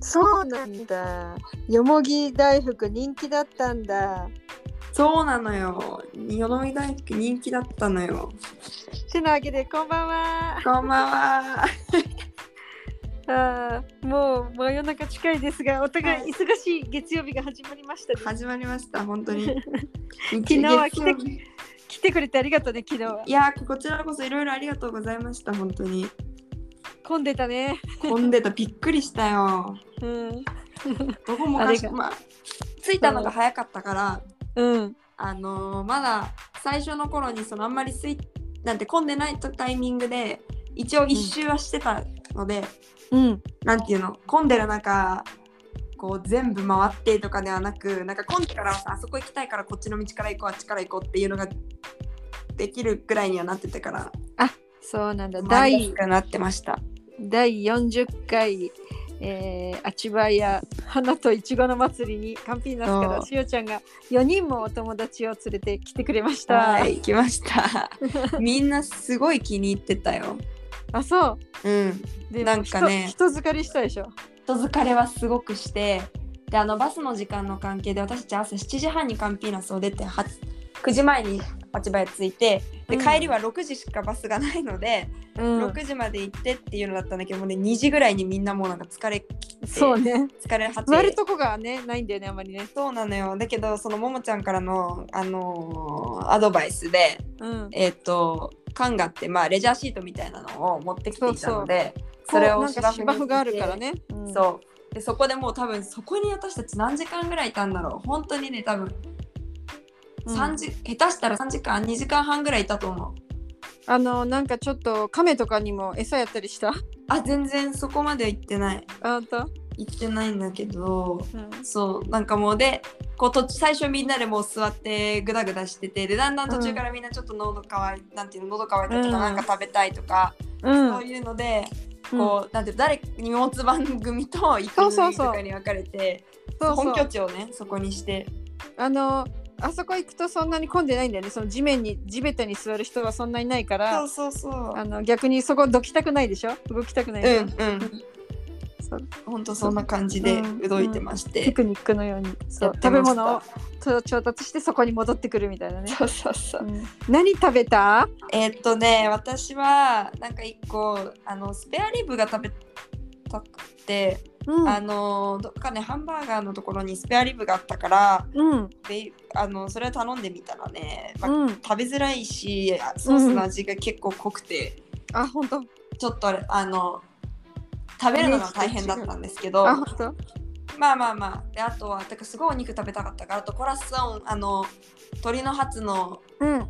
そうなんだ。よもぎ大福人気だったんだ。そうなのよ。よどみ大福人気だったのよ。しのあげでこんばんは。こんばんは。あーもう真夜中近いですが、お互はい忙しい月曜日が始まりましたね、始まりました、本当に。 昨日は来て月曜日。来てくれてありがとうね、昨日はいや、こちらこそいろいろありがとうございました、本当に。混んでたね。混んでた、びっくりしたよ。うん。どこもかしあれこ、まあ、着いたのが早かったから、うん。あのーまだ最初の頃にそのあんまりすいなんて混んでないタイミングで一応一周はしてたので、うん。なんていうの混んでる中こう全部回ってとかではなくなんか混んでたらさあそこ行きたいからこっちの道から行こうあっちから行こうっていうのができるぐらいにはなってたからそうなんだ。回りや第すくなってました第40回、えー、あちばや花といちごの祭りにカンピーナスかそらうしおちゃんが4人もお友達を連れて来てくれました。はい行きました みんなすごい気に入ってたよあ、そう。うんでなんかね人人疲れしたでしょ。人疲れはすごくしてであのバスの時間の関係で私たち朝7時半にカンピーナスを出ては9時前に八葉へ着いてでうん帰りは6時しかバスがないので、うん、 6時まで行ってっていうのだったんだけどもね2時ぐらいにみんなもうなんか疲れ切ってそうね。疲れ果座てるとこがね、ないんだよね、あんまりね。そうなのよだけどそのももちゃんからの、あのーアドバイスでうん。えっ、とカンガって、まあ、レジャーシートみたいなのを持ってきていたのでそこうれをなんか芝生があるからね。うんそうでそこでもう多分そこに私たち何時間ぐらいいたんだろう本当にね多分うん3時、下手したら3時間2時間半ぐらいいたと思うあの、なんかちょっと亀とかにも餌やったりした。 あ全然そこまで行ってないあんた。行ってないんだけどうんそうなんかもうでこうと最初みんなでもう座ってグダグダしててでだんだん途中からみんなちょっと喉乾い、なんていうの喉乾いたとか、うんなんか食べたいとか、うんそういうのでうんこう、なんていう誰荷物番組と一そ個うそう組そうとかに分かれてそうそう本拠地をねそこにしてあのあそこ行くとそんなに混んでないんだよねその地面に地べたに座る人はそんなにないからそうそうそうあの逆にそこどきたくないでしょ動きたくないでしょ、うんうんそう本当そんな感じでうん動いてまして、ピクニックのようにそやうって食べました物をと調達してそこに戻ってくるみたいなね、そうそうそううん何食べたえーっとね私はなんか一個あのスペアリブが食べたくて、うんあのどっかねハンバーガーのところにスペアリブがあったからうんであのそれを頼んでみたらね、まあうん食べづらいしあソースの味が結構濃くて、あ本当ちょっとあれあの食べるのが大変だったんですけどあ本まあまあまあであとはだからすごいお肉食べたかったからあとコラッソンあの鶏のハツの当うん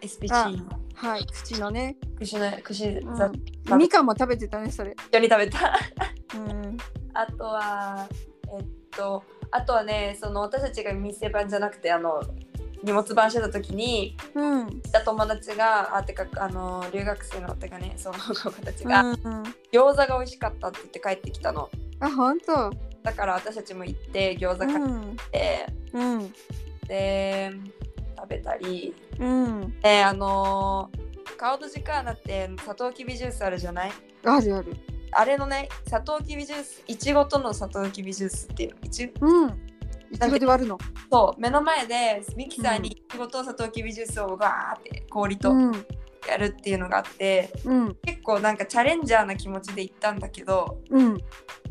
エスピチーノはい口のね、串の串うざっん、みかんも食べてたねそれとに食べた。うんあとはえっとあとはねその私たちが店番じゃなくてあの荷物番してた時にうんうんいた友達があてかあの留学生のてかねその子たちが、あ餃子が美味しかったって言って帰ってきたの本当だから私たちも行って餃子う買っんて、うんで食べたりうんであのカオドジカーナってサトウキビジュースあるじゃないあるあるあれのねサトウキビジュースいちごとのサトウキビジュースっていういちうんいちごで割るのそう目の前でミキサーにいちごとサトウキビジュースをガーって氷とうんやるっていうのがあって、うん結構なんかチャレンジャーな気持ちで行ったんだけどうん美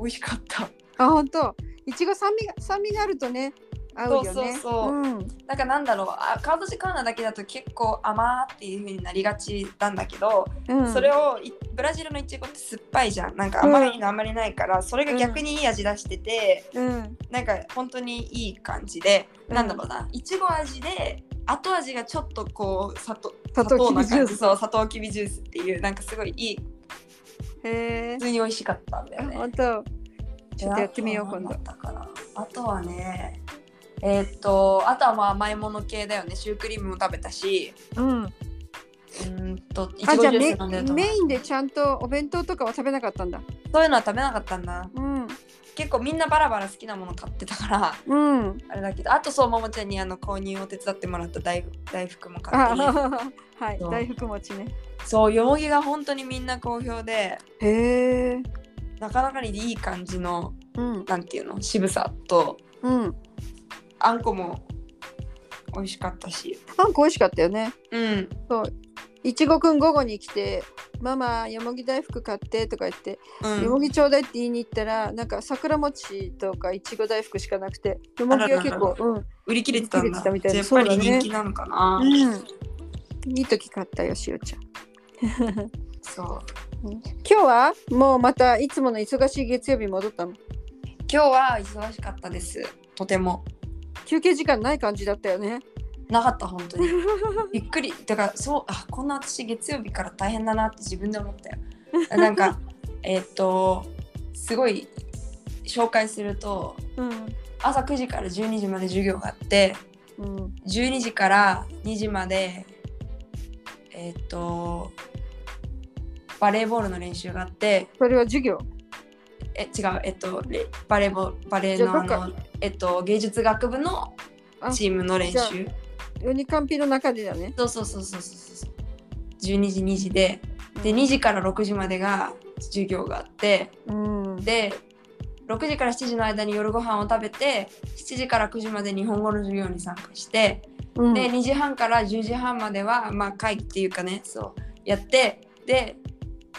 味しかった あ本当いちご酸味が酸味があるとね合うよねそうそうそううんなんかなんだろうあカードジカーナだけだと結構甘ーっていう風になりがちなんだけど、うん、それをいブラジルのイチゴって酸っぱいじゃんなんか甘いのあんまりないから、それが逆にいい味出してて、うんなんか本当にいい感じで、うんなんだろうないちご味で後味がちょっとこう砂糖砂糖きびなジュ感ーじスそう砂糖きびジュースっていうなんかすごいいいへえ普通に美味しかったんだあよね本当ちょっとやってみようであと今は度何だったかなあとはねえーっとあとはまあ甘いもの系だよねシュークリームも食べたしうんうーんといちあごじジゃあューメス飲んでると思うメインでちゃんとお弁当とかは食べなかったんだそういうのは食べなかったんだうん結構みんなバラバラ好きなもの買ってたから うんあれだけどあとそうももちゃんにあの購入を手伝ってもらった大福大福も買あ ってねはいそう大福餅ねそうよもぎが本当にみんな好評でへえなかなかにいい感じのうんなんていうの渋さとうんあんこも美味しかったしあんこ美味しかったよねうんいちごくん午後に来て「ママよもぎ大福買って」とか言ってう「んよもぎちょうだい」って言いに行ったらなんか桜餅とかいちご大福しかなくてよもぎは結構うん売り切れてた売んだり切れてたみたいじでゃあやっぱそりうだね人気なのかな、うんいい時買ったよしおちゃんそう今日はもうまたいつもの忙しい月曜日戻ったの今日は忙しかったですとても休憩時間ない感じだったよねなかった本当 にびっくりだからそうあこんな私月曜日から大変だなって自分で思ったよなん かえーっとすごい紹介すると うん朝9時から12時まで授業があってうん12時から2時までえーっとバレーボールの練習があってそれは授業え違うえっとレバレーボバレーじゃのああどっかのえっと芸術学部のあチームの練じゃあ習ユニカンピの中でだねそうそうそうそうそうそう12時2時でで2時から6時までが授業があってうんで6時から7時の間に夜ご飯を食べて7時から9時まで日本語の授業に参加してうんで2時半から10時半までは、まあ、会議っていうかねそうやってで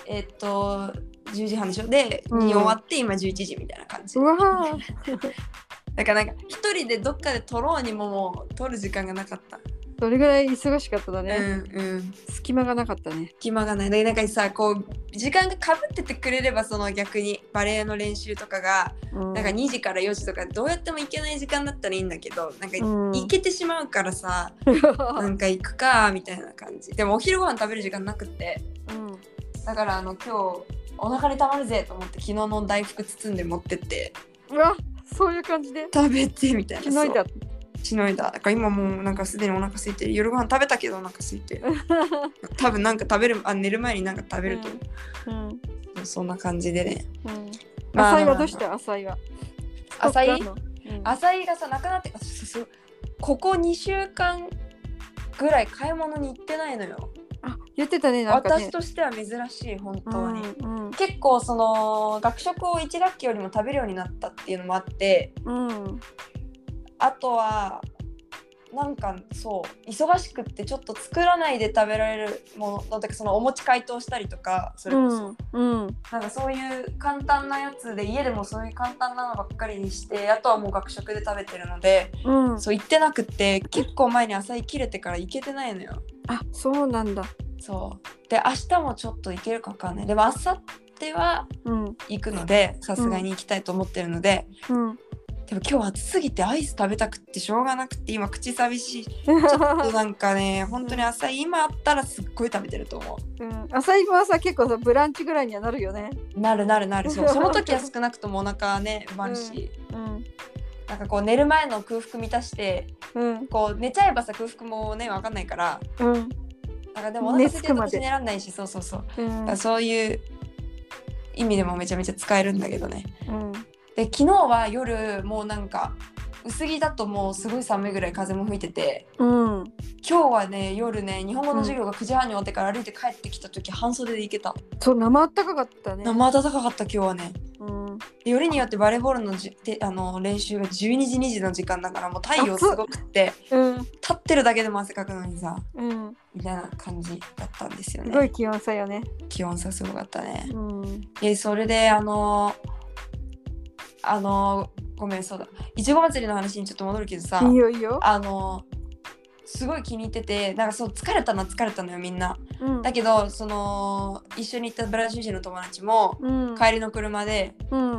えっと10時半でしょで、うんに終わって今11時みたいな感じうわーだからなんか一人でどっかで撮ろうにももう撮る時間がなかった、どれぐらい忙しかっただね、うんうん隙間がなかったね暇がないでなんかさこう時間がかぶっててくれればその逆にバレエの練習とかが、うんなんか2時から4時とかどうやっても行けない時間だったらいいんだけどなんか、うん行けてしまうからさなんか行くかみたいな感じでもお昼ご飯食べる時間なくってうんだからあの今日お腹にたまるぜと思って昨日の大福包んで持ってってうわそういう感じで食べてみたいなしのいだそうしのいだだから今もうなんかすでにお腹空いてる夜ご飯食べたけどお腹空 いてる多分なんか食べるあ寝る前になんか食べると思う、うんそうそんな感じでねうんまあ浅井はどうした浅井は浅井どっかのうんアサイがさなくなってそうそうそうここ2週間ぐらい買い物に行ってないのよ、あ言ってたねなんか私ねとしては珍しい本当に、うん結構その学食を1学期よりも食べるようになったっていうのもあってうんうんあとはなんかそう忙しくってちょっと作らないで食べられるものだかそのお餅解凍したりとかそれこそ、うんうんなんかそういう簡単なやつで家でもそういう簡単なのばっかりにしてあとはもう学食で食べてるのでうんそう行ってなくって結構前に浅い切れてから行けてないのよあそうなんだそうで明日もちょっと行けるか分かんないでも明後日はうん行くのでさすがに行きたいと思ってるので、うんでも今日暑すぎてアイス食べたくってしょうがなくて今口寂しいちょっとなんかね本当に浅い今あったらすっごい食べてると思 うん浅井はさ結構さブランチぐらいにはなるよねうなるなるなるそうその時は少なくともお腹はね埋まるし、うんなんかこう寝る前の空腹満たしてうんこう寝ちゃえばさ空腹もね分かんないからうんなんかでもお腹空いてると寝つくま私で寝らんないしそうそうそううんまあそういう意味でもめちゃめちゃ使えるんだけどねうんで昨日は夜もうなんか薄着だともうすごい寒いぐらい風も吹いててうん今日はね夜ね日本語の授業が9時半に終わってから歩いて帰ってきた時半袖で行けたそう生あったかかったね生暖かかった今日はねうんでよりによってバレーボールのじであの練習が12時2時の時間だからもう太陽すごくってうん立ってるだけでも汗かくのにさうんみたいな感じだったんですよすごねい気温差よね気温差すごかったねうんえそれであのあのごめんそうだいちご祭りの話にちょっと戻るけどさいいよいいよあのすごい気に入っててなんかそう疲れたな疲れたのよみんなうんだけどその一緒に行ったブラジル人の友達もうん帰りの車でうん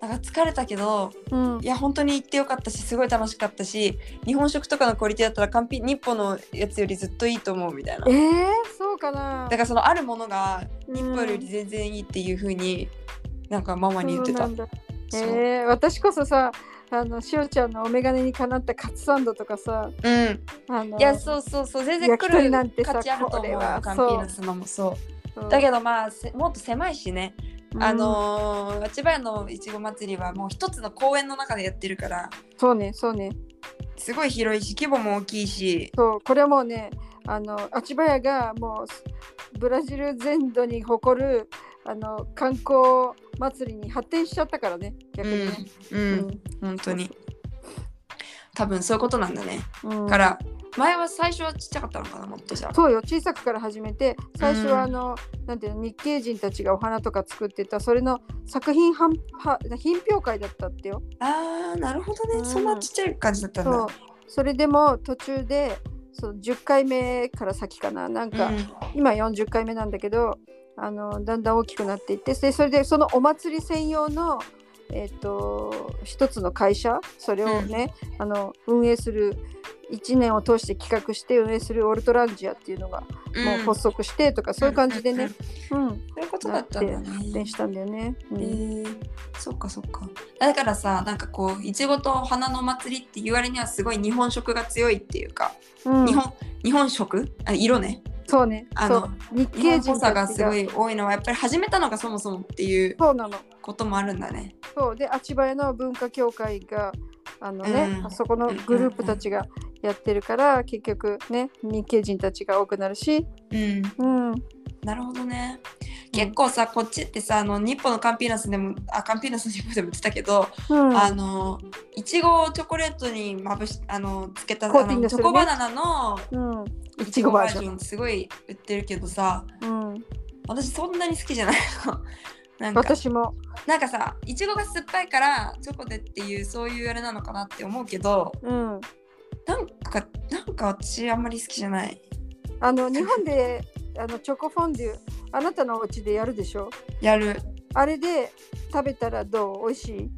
なんか疲れたけどうんいや本当に行ってよかったしすごい楽しかったし日本食とかのクオリティだったら完璧日本のやつよりずっといいと思うみたいなえだー、そうかなからそのあるものが日日本より全然いいっていう風になんかママに言ってそうたなんだそうえー、私こそさあのしおちゃんのお眼鏡にかなったカツサンドとかさうんあのいやそうそうそう全然焼き来鳥るなんてさ価値あるとこ思うれよはカンピそうーナスのもそうそうだけどまあせもっと狭いしね、うんあのー千葉屋のいちご祭りはもう一つの公園の中でやってるからそうねそうねすごい広いし規模も大きいしそうこれはもうねあの足早がもうブラジル全土に誇るあの観光祭りに発展しちゃったからね逆にね、うん、うん、本当に多分そういうことなんだね、うんから前は最初はちっちゃかったのかなもっとじゃあそうよ小さくから始めて最初はあの、なんていうの日系人たちがお花とか作ってたそれの作品はんは品評会だったってよあーなるほどね、うんそんなちっちゃい感じだったんだそうそれでも途中でそう10回目から先かななんか、う今40回目なんだけどあのだんだん大きくなっていってでそれでそのお祭り専用の、えっと一つの会社それをね、あの運営する1年を通して企画して運営するオルトランジアっていうのがんもう発足してとか、そういう感じでうんね、うん、そういうことだったんだね発展したんだよね。うえんー、そっかそっかだからさなんかこういちごとお花のお祭りって言われにはすごい日本色が強いっていうか、うん日本日本色あ色ねそうね、あそのう日日本系っぽ人さたがちすごい多いのはやっぱり始めたのがそもそもっていうそうなの。こともあるんだねそうで、あちばやの文化協会があのね、うんあそこのグループたちがやってるから、結局ね、日系人たちが多くなるし、うんうん、なるほどね結構さこっちってさあの日本のカンピーナスでもあカンピーナスの日本でも言ってたけど、うん、あのいちごをチョコレートにまぶしあのつけた、コあーティンのグチするョねコバナナのうん、いいちちごごババージージョン。ョンすごい売ってるけどさうん、私そんなに好きじゃないの なんか私も、なんかさいちごが酸っぱいからチョコでっていうそういうあれなのかなって思うけどうん、なんかなんか私あんまり好きじゃないあの日本で あのチョコフォンデュ、あなたのお家でやるでしょ。やるあれで食べたらどう？美味しい？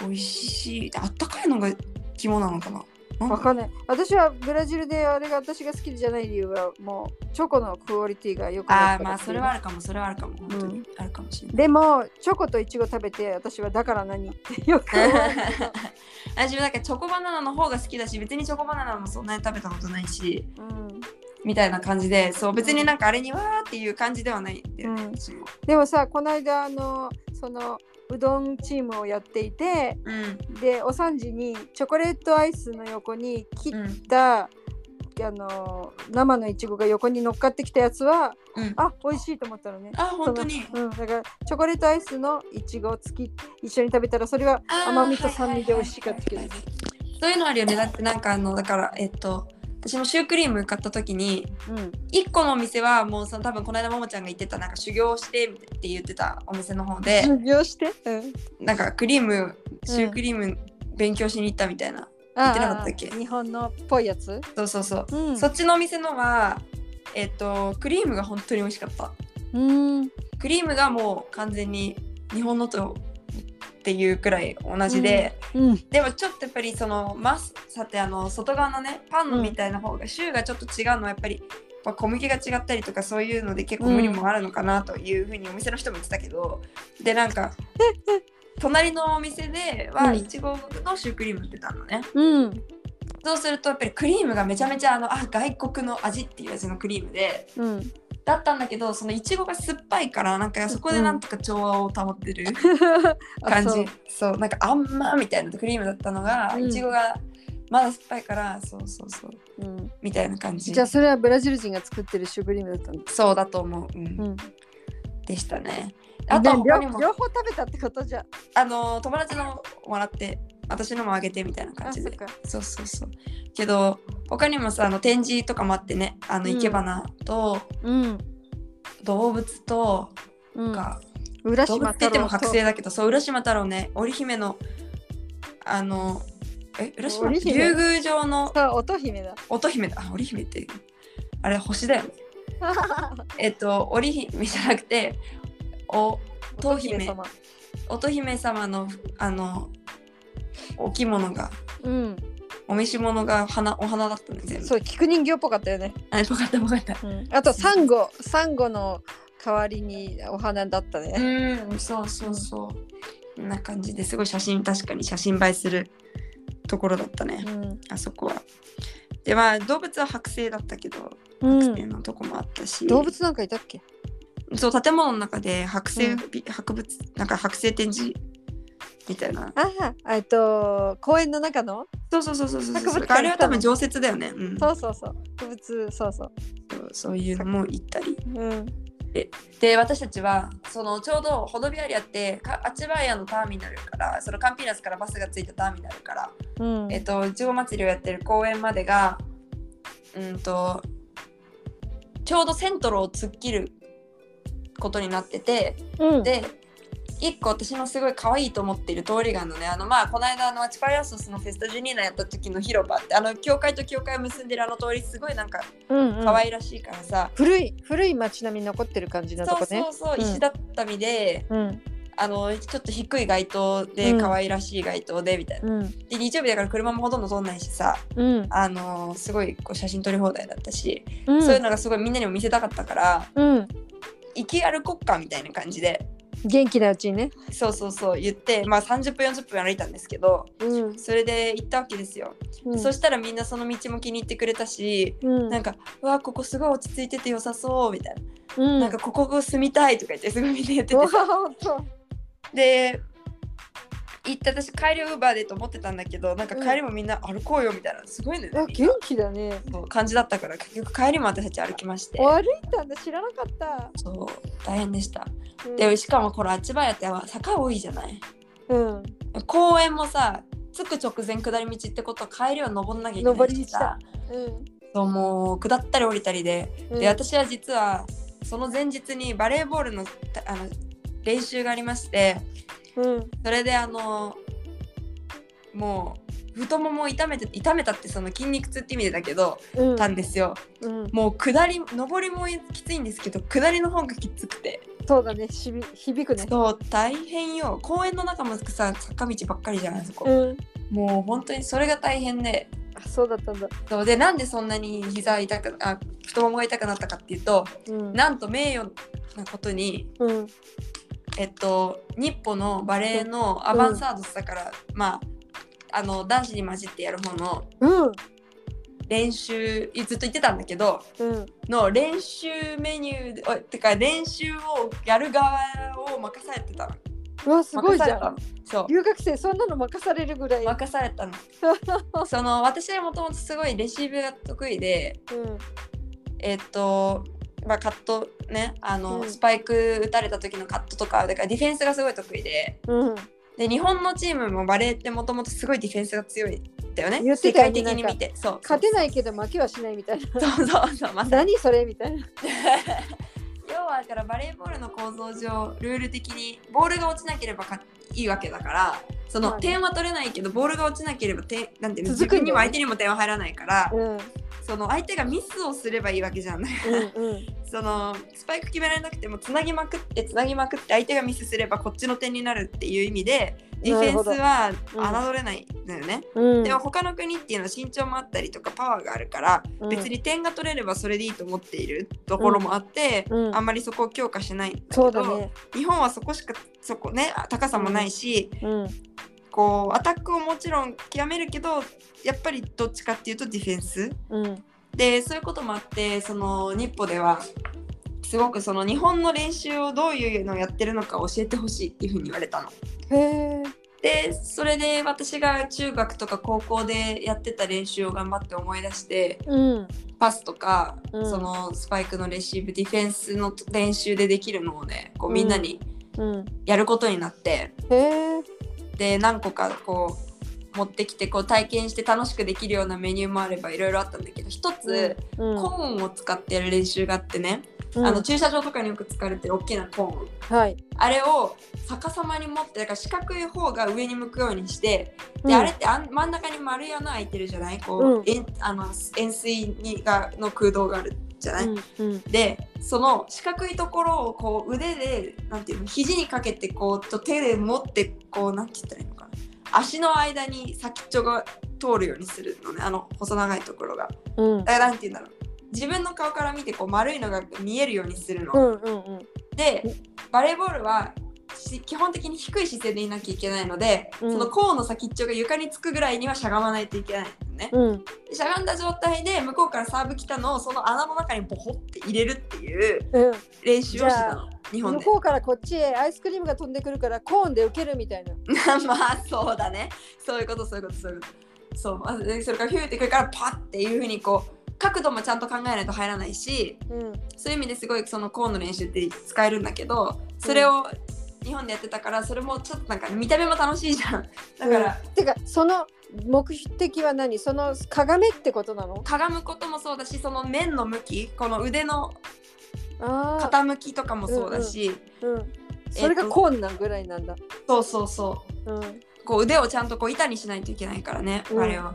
美味しいあったかいのが肝なのかななんわかんない。私はブラジルであれが私が好きじゃない理由はもうチョコのクオリティが良くなあっあたまらあってそいうれはあるかもそれはあるかも本当にあるかも しれない、でもチョコとイチゴ食べて私はだから何ってよ く思う私はなんかチョコバナナの方が好きだし別にチョコバナナもそんなに食べたことないしうんみたいな感じでそう別になんかあれにわーっていう感じではないんだよね、うん私もでもさこの間あのそのうどんチームをやっていてうんでお三時にチョコレートアイスの横に切っうんた、あの生のイチゴが横に乗っかってきたやつはうんあ美味しいと思ったのね。あ本当にそのうん、だからチョコレートアイスのいちご付き一緒に食べたらそれはあー甘みと酸味で美味しかったけどはいはいはいはいそういうのあるよねだってなんかあのだからえっと私もシュークリーム買った時にうん1個のお店はもうその多分この間ももちゃんが言ってたなんか修行してって言ってたお店の方で、修行して、うん、なんかクリームシュークリーム勉強しに行ったみたいな、言ってなかったっけ日本のっぽいやつ、そうそうそう、うんそっちのお店のはえっとクリームが本当に美味しかったうんクリームがもう完全に日本のとっていうくらい同じで、うんでもちょっとやっぱりそのマスさてあの外側のねパンのみたいな方がシューがちょっと違うのはやっぱり、まあ、小麦が違ったりとかそういうので結構無理もあるのかなというふうにお店の人も言ってたけど、でなんか隣のお店でうはんいちごのシュークリーム売ってたのね、うんそうするとやっぱりクリームがめちゃめちゃあのあ外国の味っていう味のクリームで うんだったんだけどそのいちごが酸っぱいからなんかそこでなんとか調和を保ってる感じ、あそうそうなんかあんまみたいなクリームだったのが、うんいちごがまだ酸っぱいからそうそうそううん、みたいな感じじゃあそれはブラジル人が作ってるシュークリームだったんだ、そうだと思う、うんうん、でしたねあとはね他に両も両方食べたってことじゃあの友達のももらって私のもあげてみたいな感あじそっでかそうそうそうけど他にもさあの展示とかもあってねあのうん生け花と、うん動物とうんか、浦動物島っ太て言って郎もと剥製だけどそう浦島太郎ね織姫のあのえ浦島織竜姫宮城のそう乙姫だ乙姫だあ織姫ってあれ 星だよねえっと織姫じゃなくてお乙姫様乙姫様のあのお着物がうんお召し物が花お花だったね全部そう菊人形っぽかったよね、あよかったよかったうん、あとサンゴサンゴの代わりにお花だったね、うんそうそうそうこんな感じですごい写真確かに写真映えするところだったね、うんあそこは。でまあ動物は剥製だったけどう剥製ん、のとこもあったし、動物なんかいたっけそう建物の中で剥製、うん博物なんか剥製展示みたいなああえっと公園の中のそうそうそうそうそう博物そう館あれは多分常設だよね、うん、そうそうそう。動物、そうそう。そうそういうのも行ったりうん。で私たちはそのちょうどホドビアリアってかアチバイアのターミナルからそのカンピーナスからバスがついたターミナルから、うんえっといちご祭りをやってる公園までがうんとちょうどセントロを突っ切ることになっててうんで一個私のすごい可愛いと思っている通りがあるのねあのまあこの間あのアチパイアソスのフェスタジュニーナやった時の広場ってあの教会と教会を結んでるあの通りすごいなんかうんうん可愛らしいからさ、古い古い街並み残ってる感じのとそうこねそうそう、うん石畳でうんあのちょっと低い街灯でうん可愛らしい街灯でみたいな、うんで日曜日だから車もほとんど通んないしさうんあのすごいこう写真撮り放題だったし、うんそういうのがすごいみんなにも見せたかったからうん行き歩こっかみたいな感じで元気なうちにねそうそうそう言ってまあ30分40分歩いたんですけどうんそれで行ったわけですよ、そしたらみんなその道も気に入ってくれたしうんなんか「うわここすごい落ち着いてて良さそう」みたいなうん 「なんかここ住みたい」とか言ってすごいみんな言ってわてあほんとで行った私帰りウーバーでと思ってたんだけどなんか帰りもみんな歩こうよみたいなすごいね、あ元気だねそう感じだったから結局帰りも私たち歩きまして歩いたんだ知らなかったそう大変でしたうんでしかもこのあちばやって坂多いじゃないうん公園もさ着く直前下り道ってことは帰りは登んなきゃいけな登いりし道ださうんそうもう下ったり降りたりでうんで私は実はその前日にバレーボールのたあの練習がありましてうんそれであのもう太ももを痛めて痛めたってその筋肉痛って意味でだけど、うんたんですようんもう下り上りもきついんですけど下りの方がきつくてそうだねしび響くねそう大変よ公園の中もさ坂道ばっかりじゃないそこ、うんもう本当にそれが大変であそうだったんだそうでなんでそんなに膝痛くあ太ももが痛くなったかっていうとうんなんと名誉なことにうんえっと、日歩のバレエのアバンサードスだから、まあ、あの男子に混じってやる方のうん練習ずっと言ってたんだけどうんの練習メニューでおてか練習をやる側を任されてたのうわすごいじゃん任されたのそう留学生そんなの任されるぐらい任され たのその私はもともとすごいレシーブが得意でうんえっとまあ、カットねあの、うんスパイク打たれた時のカットとかだからディフェンスがすごい得意でうんで日本のチームもバレーってもともとすごいディフェンスが強いんだよね言って世たよ界ね的に見てそう勝てないいけど負けはしないみたいなそう そうそうまさに何それみたいな要はだからバレーボールの構造上ルール的にボールが落ちなければかいいわけだからその、まあね点は取れないけどボールが落ちなければ点なんていうの自続くんだよね分にも相手にも点は入らないから、うんその相手がミスをすればいいわけじゃないうんうんそのスパイク決められなくてもつなぎまくってつなぎまくって相手がミスすればこっちの点になるっていう意味でディフェンスはなるほ侮れないのよね。うんでも他の国っていうのは身長もあったりとかパワーがあるから、別に点が取れればそれでいいと思っているところもあって、うんうんあんまりそこを強化しないんだけそどうだね日本はそこしかそこねあ高さもないし、うんこうアタックをもちろん極めるけどやっぱりどっちかっていうとディフェンスうんでそういうこともあってその日歩ではすごくその日本の練習をどういうのをやってるのか教えてほしいっていうふうに言われたの。へえでそれで私が中学とか高校でやってた練習を頑張って思い出してうんパスとか、うんそのスパイクのレシーブディフェンスの練習でできるのをねこううんみんなにうんやることになって、へえで何個かこう持ってきてこう体験して楽しくできるようなメニューもあればいろいろあったんだけど一つ、うんコーンを使ってやる練習があってね、うんあの駐車場とかによく使われてる大きなコーンはいあれを逆さまに持ってだから四角い方が上に向くようにしてうで、んあれってあん真ん中に丸い穴開いてるじゃないこう、うん円あの円錐にがの空洞があるじゃない、うんうんでその四角いところをこう腕でなんていうの肘にかけてこうと手で持ってこうなんて言ったらいいのかな足の間に先っちょが通るようにするのねあの細長いところがうんだからなんて言うんだろう自分の顔から見てこう丸いのが見えるようにするの、うんうんうんでバレーボールはし基本的に低い姿勢でいなきゃいけないので、うんそのコーンの先っちょが床につくぐらいにはしゃがまないといけないのね、うんでしゃがんだ状態で向こうからサーブ来たのをその穴の中にボホって入れるっていううん練習をしてたの日本向でこうからこっちへアイスクリームが飛んでくるからコーンで受けるみたいな まあそうだねそういうことそういうことそういうことそうあでそれからヒューってくるからパッっていうふうにこう角度もちゃんと考えないと入らないしうんそういう意味ですごいそのコーンの練習って使えるんだけどそれを日本でやってたからそれもちょっとなんか見た目も楽しいじゃんだから、てかその目的は何その鏡ってことなのかがむこともそうだしその面の向きこの腕のああ、傾きとかもそうだし、うん、それがコーンなぐらいなんだ、そうそうそううんこう腕をちゃんとこう板にしないといけないからね、うんあれは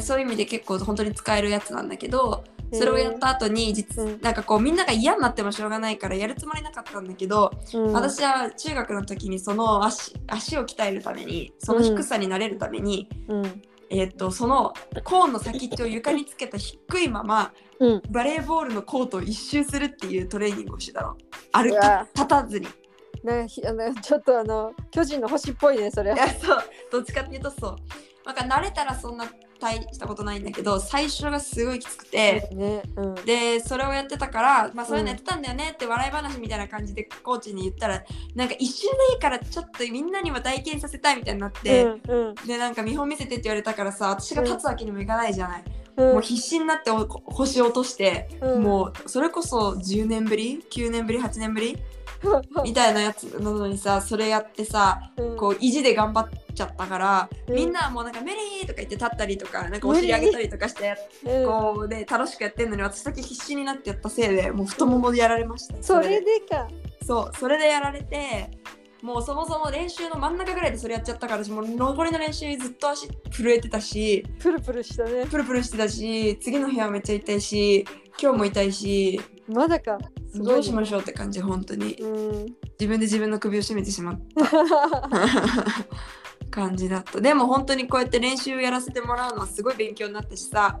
そういう意味で結構本当に使えるやつなんだけどそれをやった後に実、うんなんかこうみんなが嫌になってもしょうがないからやるつもりなかったんだけど、うん私は中学の時にその足足を鍛えるためにその低さに慣れるために、うんえーっとそのコーンの先っちょを床につけた低いままうんバレーボールのコートを一周するっていうトレーニングをしてたの歩きうわ立たずにい ねひあの ちょっとあの巨人の星っぽいねそれはやそうどっちかっていうとそうなんか慣れたらそんな大したことないんだけど最初がすごいきつくてねうんでそれをやってたから、まあ、そういうのやってたんだよねって笑い話みたいな感じでコーチに言ったらなんか一瞬でいいからちょっとみんなにも体験させたいみたいになって、うんでなんか見本見せてって言われたからさ私が立つわけにもいかないじゃない、うんもう必死になってお腰落として、うん もうそれこそ10年ぶり9年ぶり8年ぶりみたいなやつなのにさそれやってさうんこう意地で頑張っちゃったから、うんみんなはもうなんか「メリー!」とか言って立ったりとかなんかお尻上げたりとかしてうんこうで楽しくやってんのに私だけ必死になってやったせいでもう太ももでやられました、それでかそうそれでやられてもうそもそも練習の真ん中ぐらいでそれやっちゃったから私もう残りの練習ずっと足震えてたしプルプルしたねプルプルしてたし次の部屋めっちゃ痛いし今日も痛いしまだかすごいねどうしましょうって感じ本当にうん自分で自分の首を絞めてしま った感じだったでも本当にこうやって練習やらせてもらうのはすごい勉強になったしさ、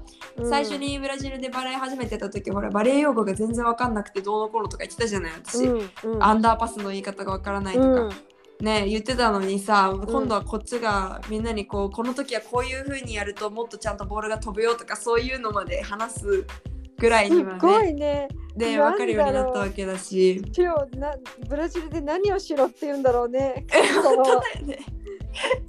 最初にブラジルでバレエ始めてた時ほらバレエ用語が全然わかんなくてどうのこうのとか言ってたじゃない私、うんうんアンダーパスの言い方がわからないとか、うんね言ってたのにさ今度はこっちがみんなにこうこの時はこういう風にやるともっとちゃんとボールが飛ぶよとかそういうのまで話すぐらいにすはごねいねでなんだろう分かるようになったわけだし手をなブラジルで何をしろって言うんだろうねそ本当のだよ ね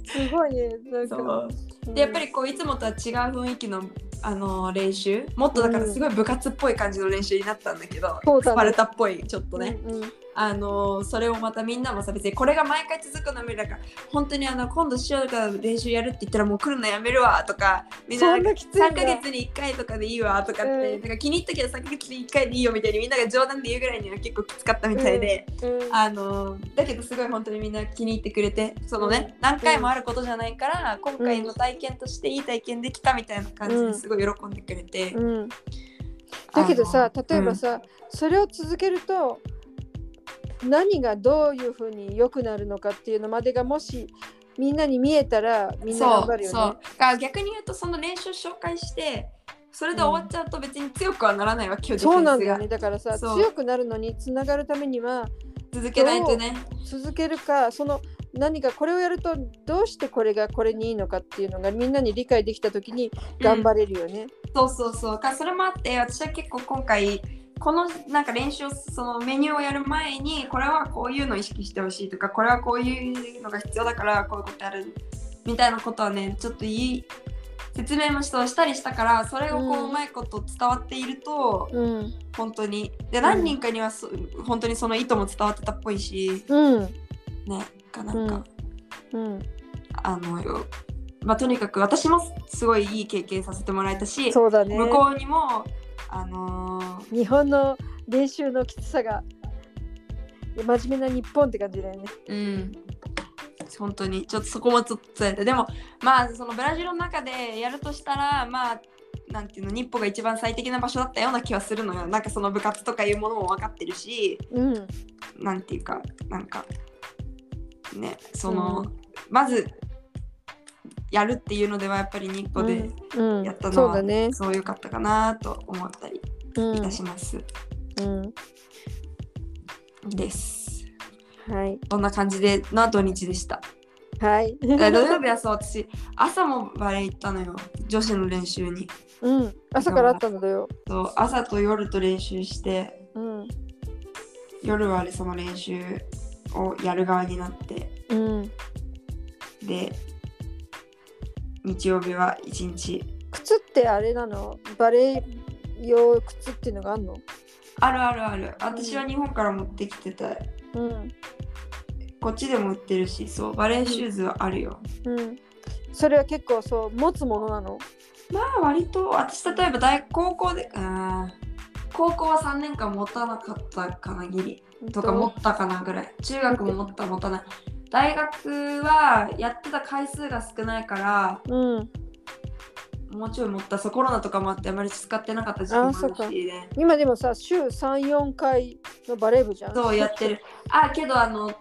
すごいねなんかそううんでやっぱりこういつもとは違う雰囲気のあの練習もっとだからうんすごい部活っぽい感じの練習になったんだけど、そうだねスパルタっぽいちょっとね、うんうんあのそれをまたみんなもさ別にこれが毎回続くの無理だから本当にあの今度しようから練習やるって言ったらもう来るのやめるわとかみんなそなんんかなきついんだ3ヶ月に1回とかでいいわとかって、うんなんか気に入ったけど3ヶ月に1回でいいよみたいにみんなが冗談で言うぐらいには結構きつかったみたいで、うんあのだけどすごい本当にみんな気に入ってくれてそのね、何回もあることじゃないから今回の体験としていい体験できたみたいな感じうんですごい喜んでくれて、うんだけどさあの例えばさ、それを続けると何がどういうふうに良くなるのかっていうのまでがもしみんなに見えたらみんなそ頑張うるよそねう。だから逆に言うとその練習紹介してそれで終わっちゃうと別に強くはならないわけよ、そうなんだディよフェねンだからさそう強くなるのにつながるためにはスが続けないとね続けるかその何かこれをやるとどうしてこれがこれにいいのかっていうのがみんなに理解できた時に頑張れるよね。そうそうそうかそれもあって私は結構今回このなんか練習をそのメニューをやる前にこれはこういうのを意識してほしいとかこれはこういうのが必要だからこういうことやるみたいなことはねちょっといい説明もそうしたりしたからそれをこううんうまいこと伝わっているとうん、本当にで何人かにはそ本当にその意図も伝わってたっぽいしうん、ねかなんか、うん、あのよまあとにかく私もすごいいい経験させてもらえたし、そうだね。向こうにもあのー日本の練習のきつさがいや真面目な日本って感じだよね。うん本当にちょっとそこもちょっと伝えてでもまあそのブラジルの中でやるとしたらまあなんていうの日本が一番最適な場所だったような気はするのよなんかその部活とかいうものも分かってるしうん、なんていうかなんかねその、うまずやるっていうのではやっぱり日本でうんやったのそうはだね。そう良かったかなと思ったりうんいたします、うんですはいこんな感じでの土日でしたはい。え土曜日はそう私朝もバレー行ったのよ女子の練習にうん、朝からあったのだよ。そう朝と夜と練習してうん、夜はその練習をやる側になってうん。で日曜日は一日靴ってあれなのバレー用靴っていうのがあるのあるあるある私は日本から持ってきてたうん。こっちでも売ってるしそうバレーシューズはあるようん。それは結構そう持つものなの。まあ割と私例えば大高校であー高校は3年間持たなかったかなギリとか持ったかなぐらい中学も持った持たない大学はやってた回数が少ないからうん。もうちょい持ったそうコロナとかもあってあまり使ってなかった時期もあるあそっかしね今でもさ週34回のバレー部じゃん。そうやってるあけどあの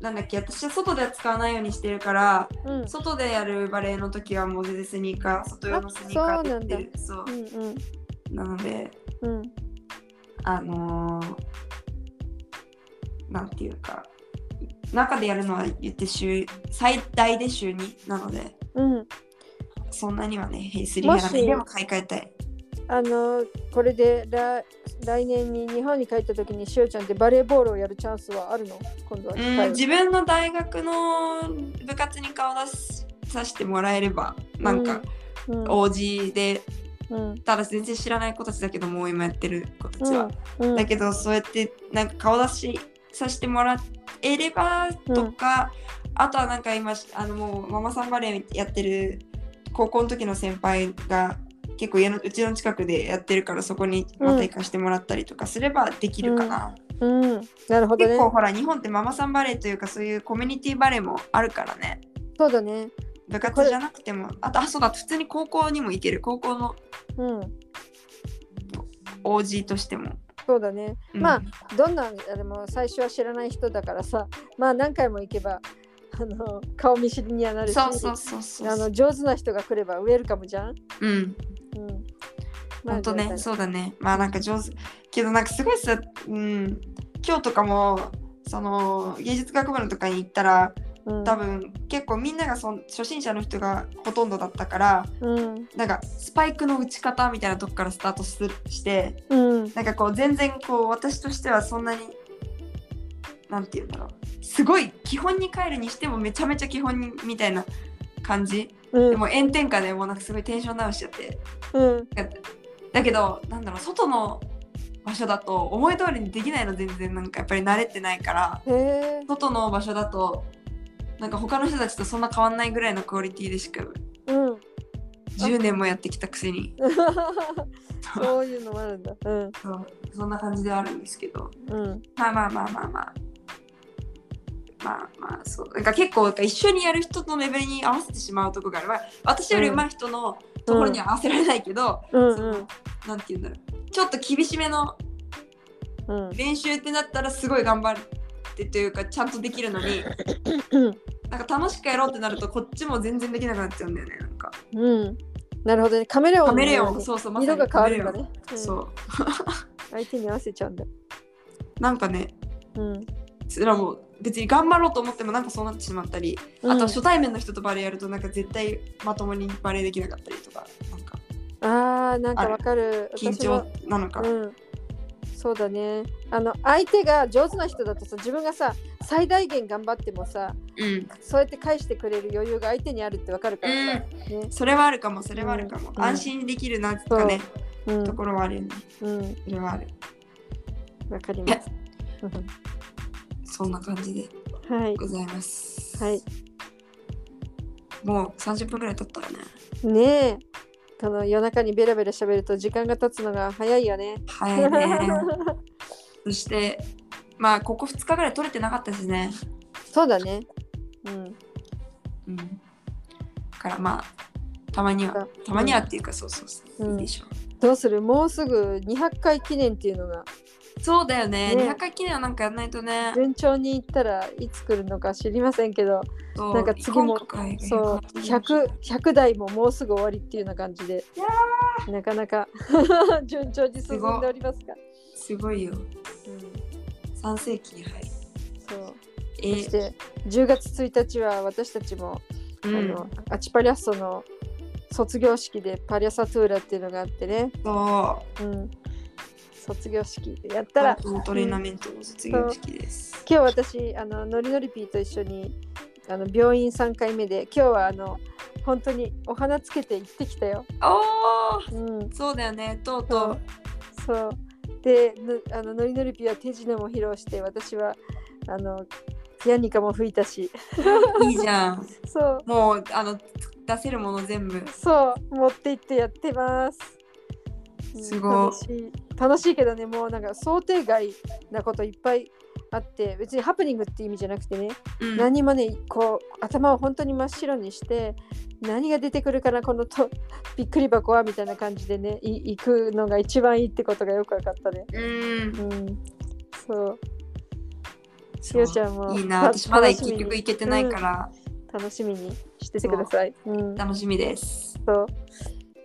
なんだっけ私は外では使わないようにしてるからうん。うん外でやるバレエの時はもう全然スニーカー外用のスニーカーでやってるそううんなのでうん。あのーなんていうか中でやるのは言って週最大で週2なのでうん。そんなにはねヘイスリーやらないもしでも買い替えたいあのこれで来来年に日本に帰った時にしおちゃんってバレーボールをやるチャンスはあるの今度は機うん会を自分の大学の部活に顔出しさせてもらえればなんか、うん、 OG でうんただ全然知らない子たちだけどもう今やってる子たちは、うんうんだけどそうやってなんか顔出しさせてもらえればとか、あとはなんか今あのもうママさんバレーやってる高校の時の先輩が結構家のうちの近くでやってるからそこにまた行かしてもらったりとかすればできるかな、うん、なるほど結ね構ほら日本ってママさんバレーというかそういうコミュニティバレーもあるからねそうだね部活じゃなくてもあとあそうだ普通に高校にも行ける高校のうん OG としても、そうだねうんまどんなでも最初は知らない人だからさまあ何回も行けばあの顔見知りにはなるしそうそうそうそうあの上手な人が来ればウェルカムじゃん、うんうんまあ本当じゃね、あそうだね。まあなんか上手。けどなんかすごいさ、うん、今日とかも、その芸術学部のとかに行ったら、うん多分結構みんながそん初心者の人がほとんどだったから、うんなんかスパイクの打ち方みたいなとこからスタートすして、うんなんかこう全然こう私としてはそんなに、なんて言うんだろう。すごい基本に帰るにしてもめちゃめちゃ基本にみたいな感じ。うんでも炎天下でもうなんかすごいテンションダウンしちゃって。うんだけどなんだろう外の場所だと思い通りにできないの全然なんかやっぱり慣れてないからへえ外の場所だとなんか他の人たちとそんな変わんないぐらいのクオリティでしかうん10年もやってきたくせに そういうのもあるんだうんそうそんな感じではあるんですけどうんまあまあまあまあまあまあまあそうなんか結構なんか一緒にやる人のレベルに合わせてしまうとこがある、まあ、私より上手い人のところには合わせられないけど、うんそうのんなんて言うんだろうちょっと厳しめのうん練習ってなったらすごい頑張ってというかちゃんとできるのになんか楽しくやろうってなるとこっちも全然できなくなっちゃうんだよねなんかうんなるほどねカメレオンカのメレよオうンにそうそうまさ色にが変カわメるレんオだンね、うんそう相手に合わせちゃうんだなんかねうんそれはもう別に頑張ろうと思ってもなんかそうなってしまったり、あと初対面の人とバレーやるとなんか絶対まともにバレーできなかったりとかなんかあーなんかわかる緊私も張なのかうん、そうだねあの相手が上手な人だとさ自分がさ最大限頑張ってもさうん、そうやって返してくれる余裕が相手にあるってわかるからさ、ねそれはあるかもそれはあるかも、うん安心できるなんかねうんところはあるよねうんそれはあるわかりますそんな感じでうんはいございますはいもう30分ぐらい経ったよねねえこの夜中にベラベラ喋ると時間が経つのが早いよね早いねそしてまあここ2日ぐらい取れてなかったですね そうだねうんうんだからまあたまにはたまにはっていうか、そうそうそう、うんいいでしょうどうするもうすぐ200回記念っていうのがそうだよねね200回記念はなんかやらないとね順調にいったらいつ来るのか知りませんけどそうなんか次も今回がそう100 100台ももうすぐ終わりっていうような感じでいやなかなか 順調に進んでおりますが、すごいようん、 3世紀に入るそうえそして10月1日は私たちも、うあんのアチパリアッソの卒業式でパリアサトゥーラっていうのがあってね、そうん、卒業式でやっうたらトレーナメントの卒業式です、今日私あのノリノリピーと一緒にあの病院3回目で今日はあの本当にお花つけて行ってきたよ。おーうん、そうだよねとうとそうそううでぬあのノリノリピは手品も披露して私はあのヤニカも吹いたしいいじゃんそうもうあの出せるもの全部そう持って行ってやってます。うんすごい楽しい楽しいけどねもうなんか想定外なこといっぱいあって別にハプニングって意味じゃなくてね、うん何もねこう頭を本当に真っ白にして何が出てくるかなこのと びっくり箱はみたいな感じでねい行くのが一番いいってことがよく分かったね。うんうん、そうしそおうちゃんもいいなた私まだ楽しみ結に局行けてないから楽しみにしててください。うん楽しみですそう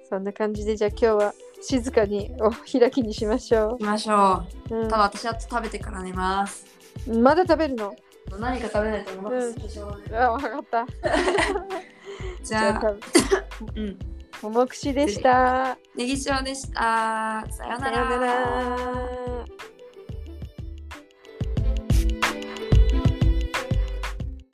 そんな感じでじゃあ今日は静かにお開きにしましょ行きましょう、うんうただ私は食べてから寝ますまだ食べるの何か食べないとお腹空いてしょうがないあ分かったじゃあ、うん、ももくしでしたネギ塩でした。さようさなようなら。ら